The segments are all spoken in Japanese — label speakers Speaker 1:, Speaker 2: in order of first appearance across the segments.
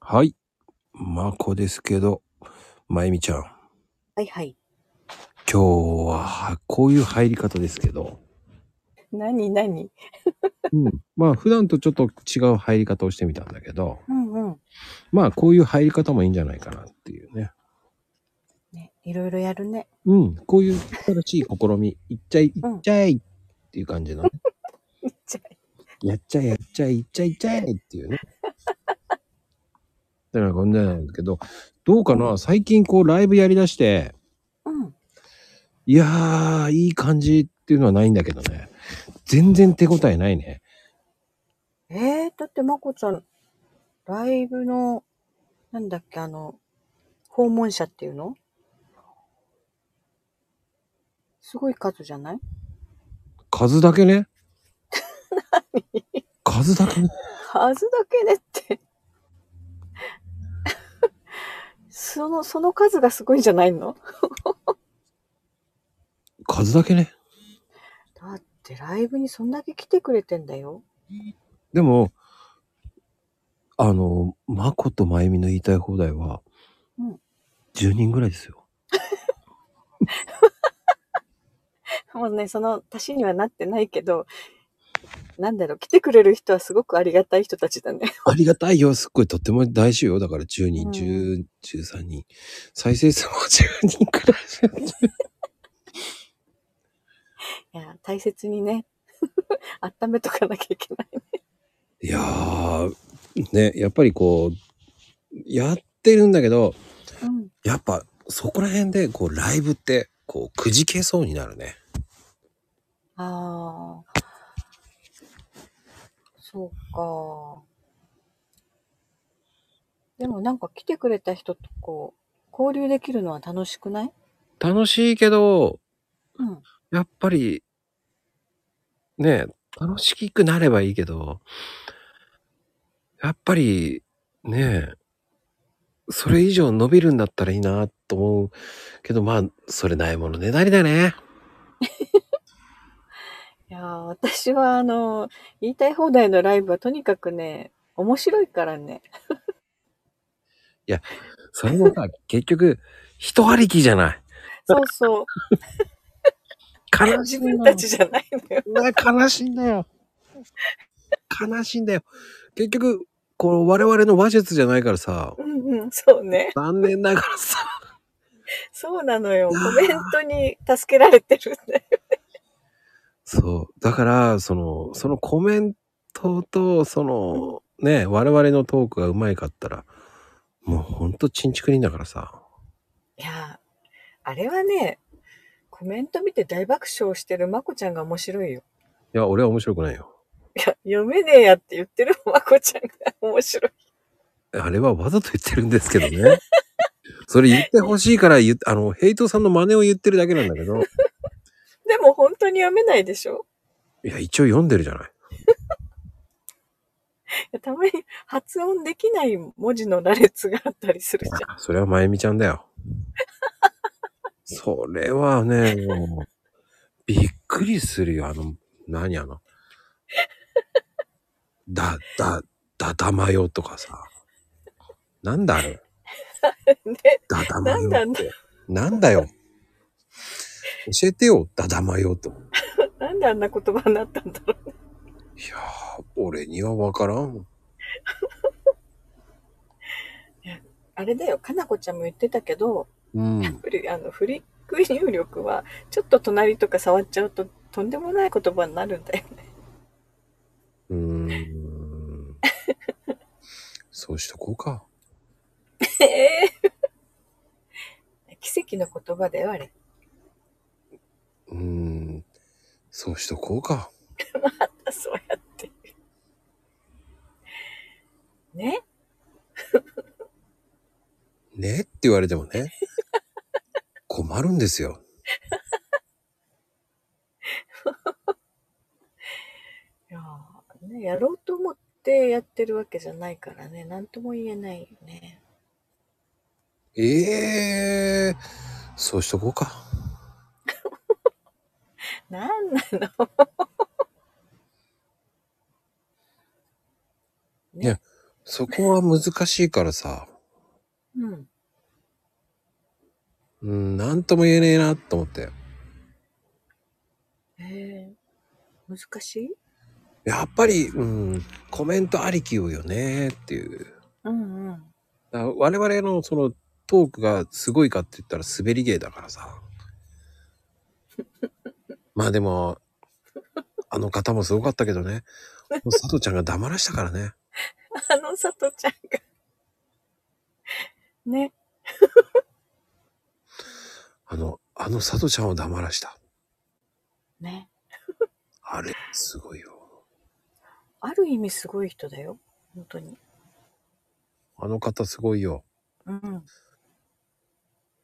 Speaker 1: はい。まこですけど、まゆみちゃん。
Speaker 2: はいはい。
Speaker 1: 今日はは、こういう入り方ですけど。
Speaker 2: 何何
Speaker 1: うん。まあ、普段とちょっと違う入り方をしてみたんだけど、
Speaker 2: うんうん。
Speaker 1: まあ、こういう入り方もいいんじゃないかなっていうね。
Speaker 2: ね、いろいろやるね。
Speaker 1: うん。こういう新しい試み、いっちゃい、い
Speaker 2: うん
Speaker 1: っちゃいっていう感じ のね。
Speaker 2: いっちゃい
Speaker 1: やっちゃえやっちゃえいっちゃえいっちゃえっていうね。だからこんななんだけど、どうかな最近こうライブやりだして、
Speaker 2: うん。
Speaker 1: いやー、いい感じっていうのはないんだけどね。全然手応えないね。
Speaker 2: えー、だってまこちゃん、ライブの、なんだっけ、あの、訪問者っていうのすごい数じゃない
Speaker 1: 数だけ ね。数だけね。
Speaker 2: 数だけねって。 その、その数がすごいんじゃないの
Speaker 1: 数だけね。
Speaker 2: だってライブにそんだけ来てくれてんだよ。
Speaker 1: でも、あの、まことまゆみの言いたい放題は
Speaker 2: うん、
Speaker 1: 10人ぐらいですよ。
Speaker 2: もうね、その足しにはなってないけど、なんだろう、来てくれる人はすごくありがたい人たちだね。
Speaker 1: ありがたいよ。すっごい。とっても大事よ。だから10人、
Speaker 2: うん
Speaker 1: 10、13人。再生数も10人くらいですよ。
Speaker 2: いや、大切にね、 温めとかなきゃいけない。
Speaker 1: いやー、ね、やっぱりこう、やってるんだけど、
Speaker 2: うん。
Speaker 1: やっぱそこら辺でこうライブってこうくじけそうになるね。
Speaker 2: ああ。そうか。でもなんか来てくれた人とこう、交流できるのは楽しくない
Speaker 1: 楽しいけど、
Speaker 2: うん。
Speaker 1: やっぱり、ね、楽しくなればいいけど、やっぱり、ね、それ以上伸びるんだったらいいなと思うけど、まあ、それないものねだりだね。
Speaker 2: いやー私はあの、言いたい放題のライブはとにかくね、面白いから ね。
Speaker 1: それもさ、結局、人ありきじゃ ない。
Speaker 2: そうそう。
Speaker 1: 悲し
Speaker 2: 自
Speaker 1: いのよ
Speaker 2: 分たちじゃないのよ。
Speaker 1: な悲しいんだよ。悲しいんだよ。結局、この我々の話術じゃないからさ、
Speaker 2: うんうん、そうね。
Speaker 1: 残念ながらさ、
Speaker 2: そうなのよ。コメントに助けられてるんだよ。
Speaker 1: そう。だから、その、そのコメントと、その、ね、我々のトークがうまいかったら、もうほんとちんちくりんだからさ。
Speaker 2: いやー、あれはね、コメント見て大爆笑してるまこちゃんが面白いよ。
Speaker 1: いや、俺は面白くないよ。
Speaker 2: いや、読めねえやって言ってるまこちゃんが面白い。
Speaker 1: あれはわざと言ってるんですけどね。それ言ってほしいから言っあの、ヘイトさんの真似を言ってるだけなんだけど、
Speaker 2: でも本当に読めないでしょ
Speaker 1: いや、一応読んでるじゃない。
Speaker 2: いやたまに発音できない文字の羅列があったりするじゃん。
Speaker 1: それはまゆみちゃんだ よ。それはね、もう、びっくりするよ。あの、何あの、 だ、だ、だだまよとかさ。なんだあれ
Speaker 2: ね、
Speaker 1: だだまよ
Speaker 2: なんだ
Speaker 1: って。なんだよ。教えてよ、だだまよと。い
Speaker 2: なんであんな言葉になったんだろう。
Speaker 1: やー、俺にはわからん。
Speaker 2: あれだよ、かなこちゃんも言ってたけど、
Speaker 1: うん。
Speaker 2: やっぱりあの、フリック入力は、ちょっと隣とか触っちゃうと、とんでもない言葉になるんだよ。
Speaker 1: うー ん。そうしとこうか。
Speaker 2: ええ 奇跡の言葉だよ、あれ。
Speaker 1: うーん。そうしとこうか。
Speaker 2: そうやって。ね
Speaker 1: ねって言われてもね。困るんですよ。
Speaker 2: いやーねやろうと思ってやってるわけじゃないからね、なんとも言えないよね。
Speaker 1: ええそうしとこうか。
Speaker 2: なんなの
Speaker 1: い
Speaker 2: ね
Speaker 1: やそこは難しいからさ、
Speaker 2: うん。
Speaker 1: うん、なんとも言えねえなと思って。
Speaker 2: ええ、難しい？
Speaker 1: やっぱり、うん、コメントありきよねっていう。
Speaker 2: うんうん。
Speaker 1: だ、我々のそのトークがすごいかって言ったら滑り芸だからさ。 まあでも、あの方もすごかったけどね。もう佐藤ちゃんが黙らしたからね。
Speaker 2: あの佐藤ちゃんが。ね。
Speaker 1: あの、あの佐藤ちゃんを黙らした。
Speaker 2: ね。
Speaker 1: あれ、すごいよ。
Speaker 2: ある意味すごい人だよ、ほんとに。
Speaker 1: あの方すごいよ。
Speaker 2: うん。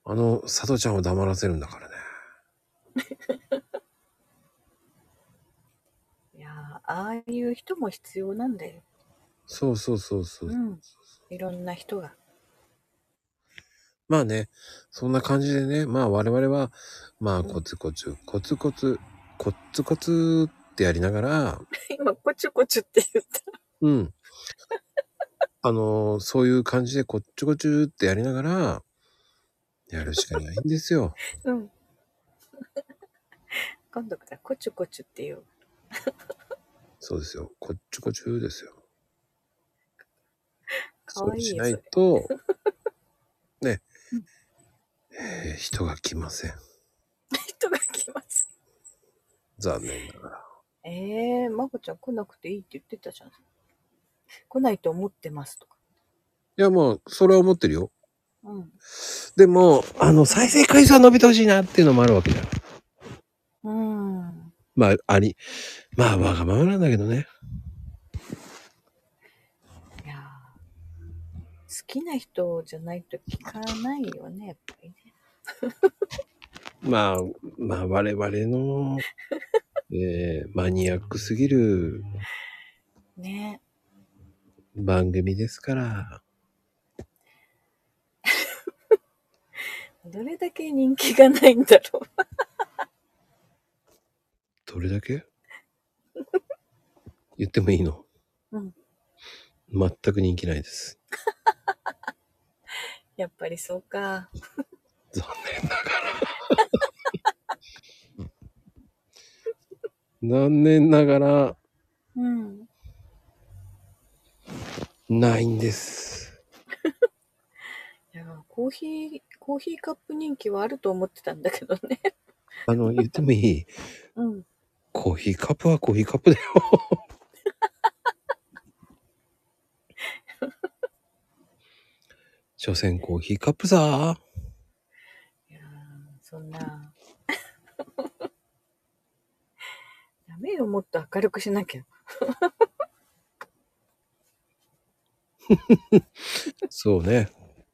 Speaker 1: あの佐藤ちゃんを黙らせるんだからね。
Speaker 2: いや、ああいう人も必要なんだよ。
Speaker 1: そうそうそうそう。
Speaker 2: うん、いろんな人が。
Speaker 1: まあね、そんな感じでね、まあ我々は、まあ
Speaker 2: うん。
Speaker 1: コツコツ、コツコツ、コッツコツってやりながら
Speaker 2: 今コチュコチュって言った。
Speaker 1: うん。あの、そういう感じでこっちょこちょってやりながら、やるしかないんですよ。
Speaker 2: うん。 今度からコチュコチュって言おう。
Speaker 1: そうですよ。こっちょこちょですよ。
Speaker 2: か
Speaker 1: そ
Speaker 2: わ
Speaker 1: う
Speaker 2: いい
Speaker 1: しな
Speaker 2: よ、そ
Speaker 1: い
Speaker 2: れ。
Speaker 1: と、ね、
Speaker 2: うん。
Speaker 1: ええ、人が来ません。
Speaker 2: 人が来ます。
Speaker 1: 残念ながら。
Speaker 2: ええ、まこちゃん来なくていいって言ってたじゃん。来ないと思ってますとか。
Speaker 1: いや、もう、それは思ってるよ。
Speaker 2: うん。
Speaker 1: でも、あの、再生回数は伸びてほしいなっていうのもあるわけじゃん。
Speaker 2: うーん。
Speaker 1: まあ、あり、まあ、わがままなんだけどね。
Speaker 2: いや、好きな人じゃないと聞かないよね、やっぱりね。
Speaker 1: まあ、まあ、我々の、ええ、マニアックすぎる
Speaker 2: ね。
Speaker 1: 番組ですから。
Speaker 2: どれだけ人気がないんだろう。
Speaker 1: どれだけ 言ってもいいの
Speaker 2: うん。
Speaker 1: 全く人気ないです。
Speaker 2: やっぱりそうか。
Speaker 1: 残念ながら。残念ながら、
Speaker 2: うん。
Speaker 1: ないんです。
Speaker 2: いや、コーヒーコーヒーカップ人気はあると思ってたんだけどね。
Speaker 1: あの、言ってもい い
Speaker 2: うん。
Speaker 1: コーヒーカップはコーヒーカップだよ。 所詮コーヒーカップさ。
Speaker 2: いや、そんな。 ダメよ、もっと明るくしなきゃ。
Speaker 1: そうね。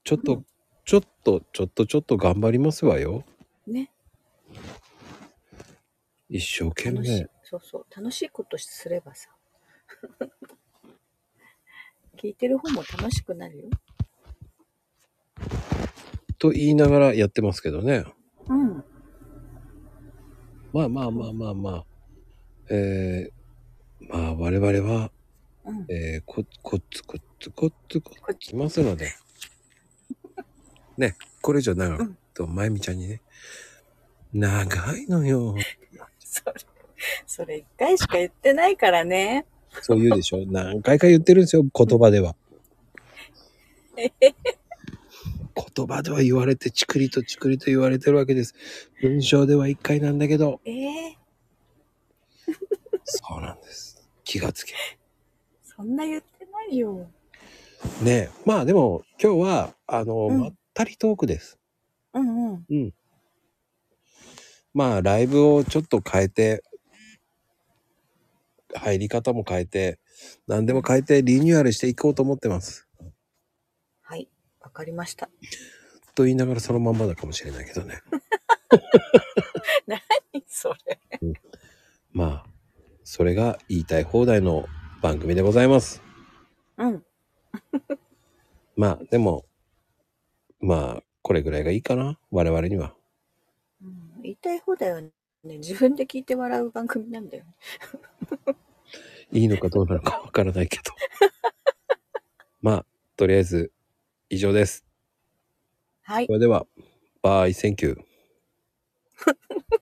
Speaker 1: ちょっ
Speaker 2: う
Speaker 1: と、
Speaker 2: ん。
Speaker 1: ちょっと、ちょっとちょっと頑張りますわよ。
Speaker 2: ね。
Speaker 1: 一生懸
Speaker 2: 楽し
Speaker 1: 命。
Speaker 2: いそうそう、楽しいことすればさ、 聞いてる方も楽しくなるよ。
Speaker 1: と言いながらやってますけどね。
Speaker 2: うん。
Speaker 1: まあまあ
Speaker 2: そ
Speaker 1: ま
Speaker 2: う。
Speaker 1: あまあまあ。えー、まあ我々は、
Speaker 2: うん。
Speaker 1: えー、こ、こっつこっつこっつこっ
Speaker 2: こっ
Speaker 1: つきますの で、ね、これ以上長
Speaker 2: う
Speaker 1: く
Speaker 2: ん。
Speaker 1: と、まゆみちゃんにね、長いのよ。
Speaker 2: それ、それ一回しか言ってないからね。
Speaker 1: そう言うでし ょ。何回か言ってるんですよ、
Speaker 2: う
Speaker 1: 言
Speaker 2: ん。
Speaker 1: 葉では。
Speaker 2: えへ
Speaker 1: 言葉では言われて、チクリとチクリと言われてるわけです。文章では一回なんだけど、
Speaker 2: ええ
Speaker 1: そうなんです。気がつけば。
Speaker 2: そんな言ってないよ。
Speaker 1: ねえ、まあでも、今日は、あの、
Speaker 2: う
Speaker 1: まっ
Speaker 2: ん。
Speaker 1: たりトークです。
Speaker 2: うんうん。
Speaker 1: うん。まあ、ライブをちょっと変えて、入り方も変えて、何で
Speaker 2: う
Speaker 1: も
Speaker 2: ん。
Speaker 1: 変えてリニューアルしていこうと思ってます。
Speaker 2: はい、わかりました。
Speaker 1: と言いながらそのまんまだかもしれないけどね。
Speaker 2: 何それ。
Speaker 1: うん、まあ、それが言いたい放題の番組でございます。
Speaker 2: うん。
Speaker 1: まあ、でも、まあ、これぐらいがいいかな。我々には。
Speaker 2: うん、言いたい放題はね、自分で聞いて笑う番組なんだよね。
Speaker 1: いいのかどうなのかわからないけど。まあ、とりあえず、以上です。
Speaker 2: はい。
Speaker 1: それでは、バイ、センキュー。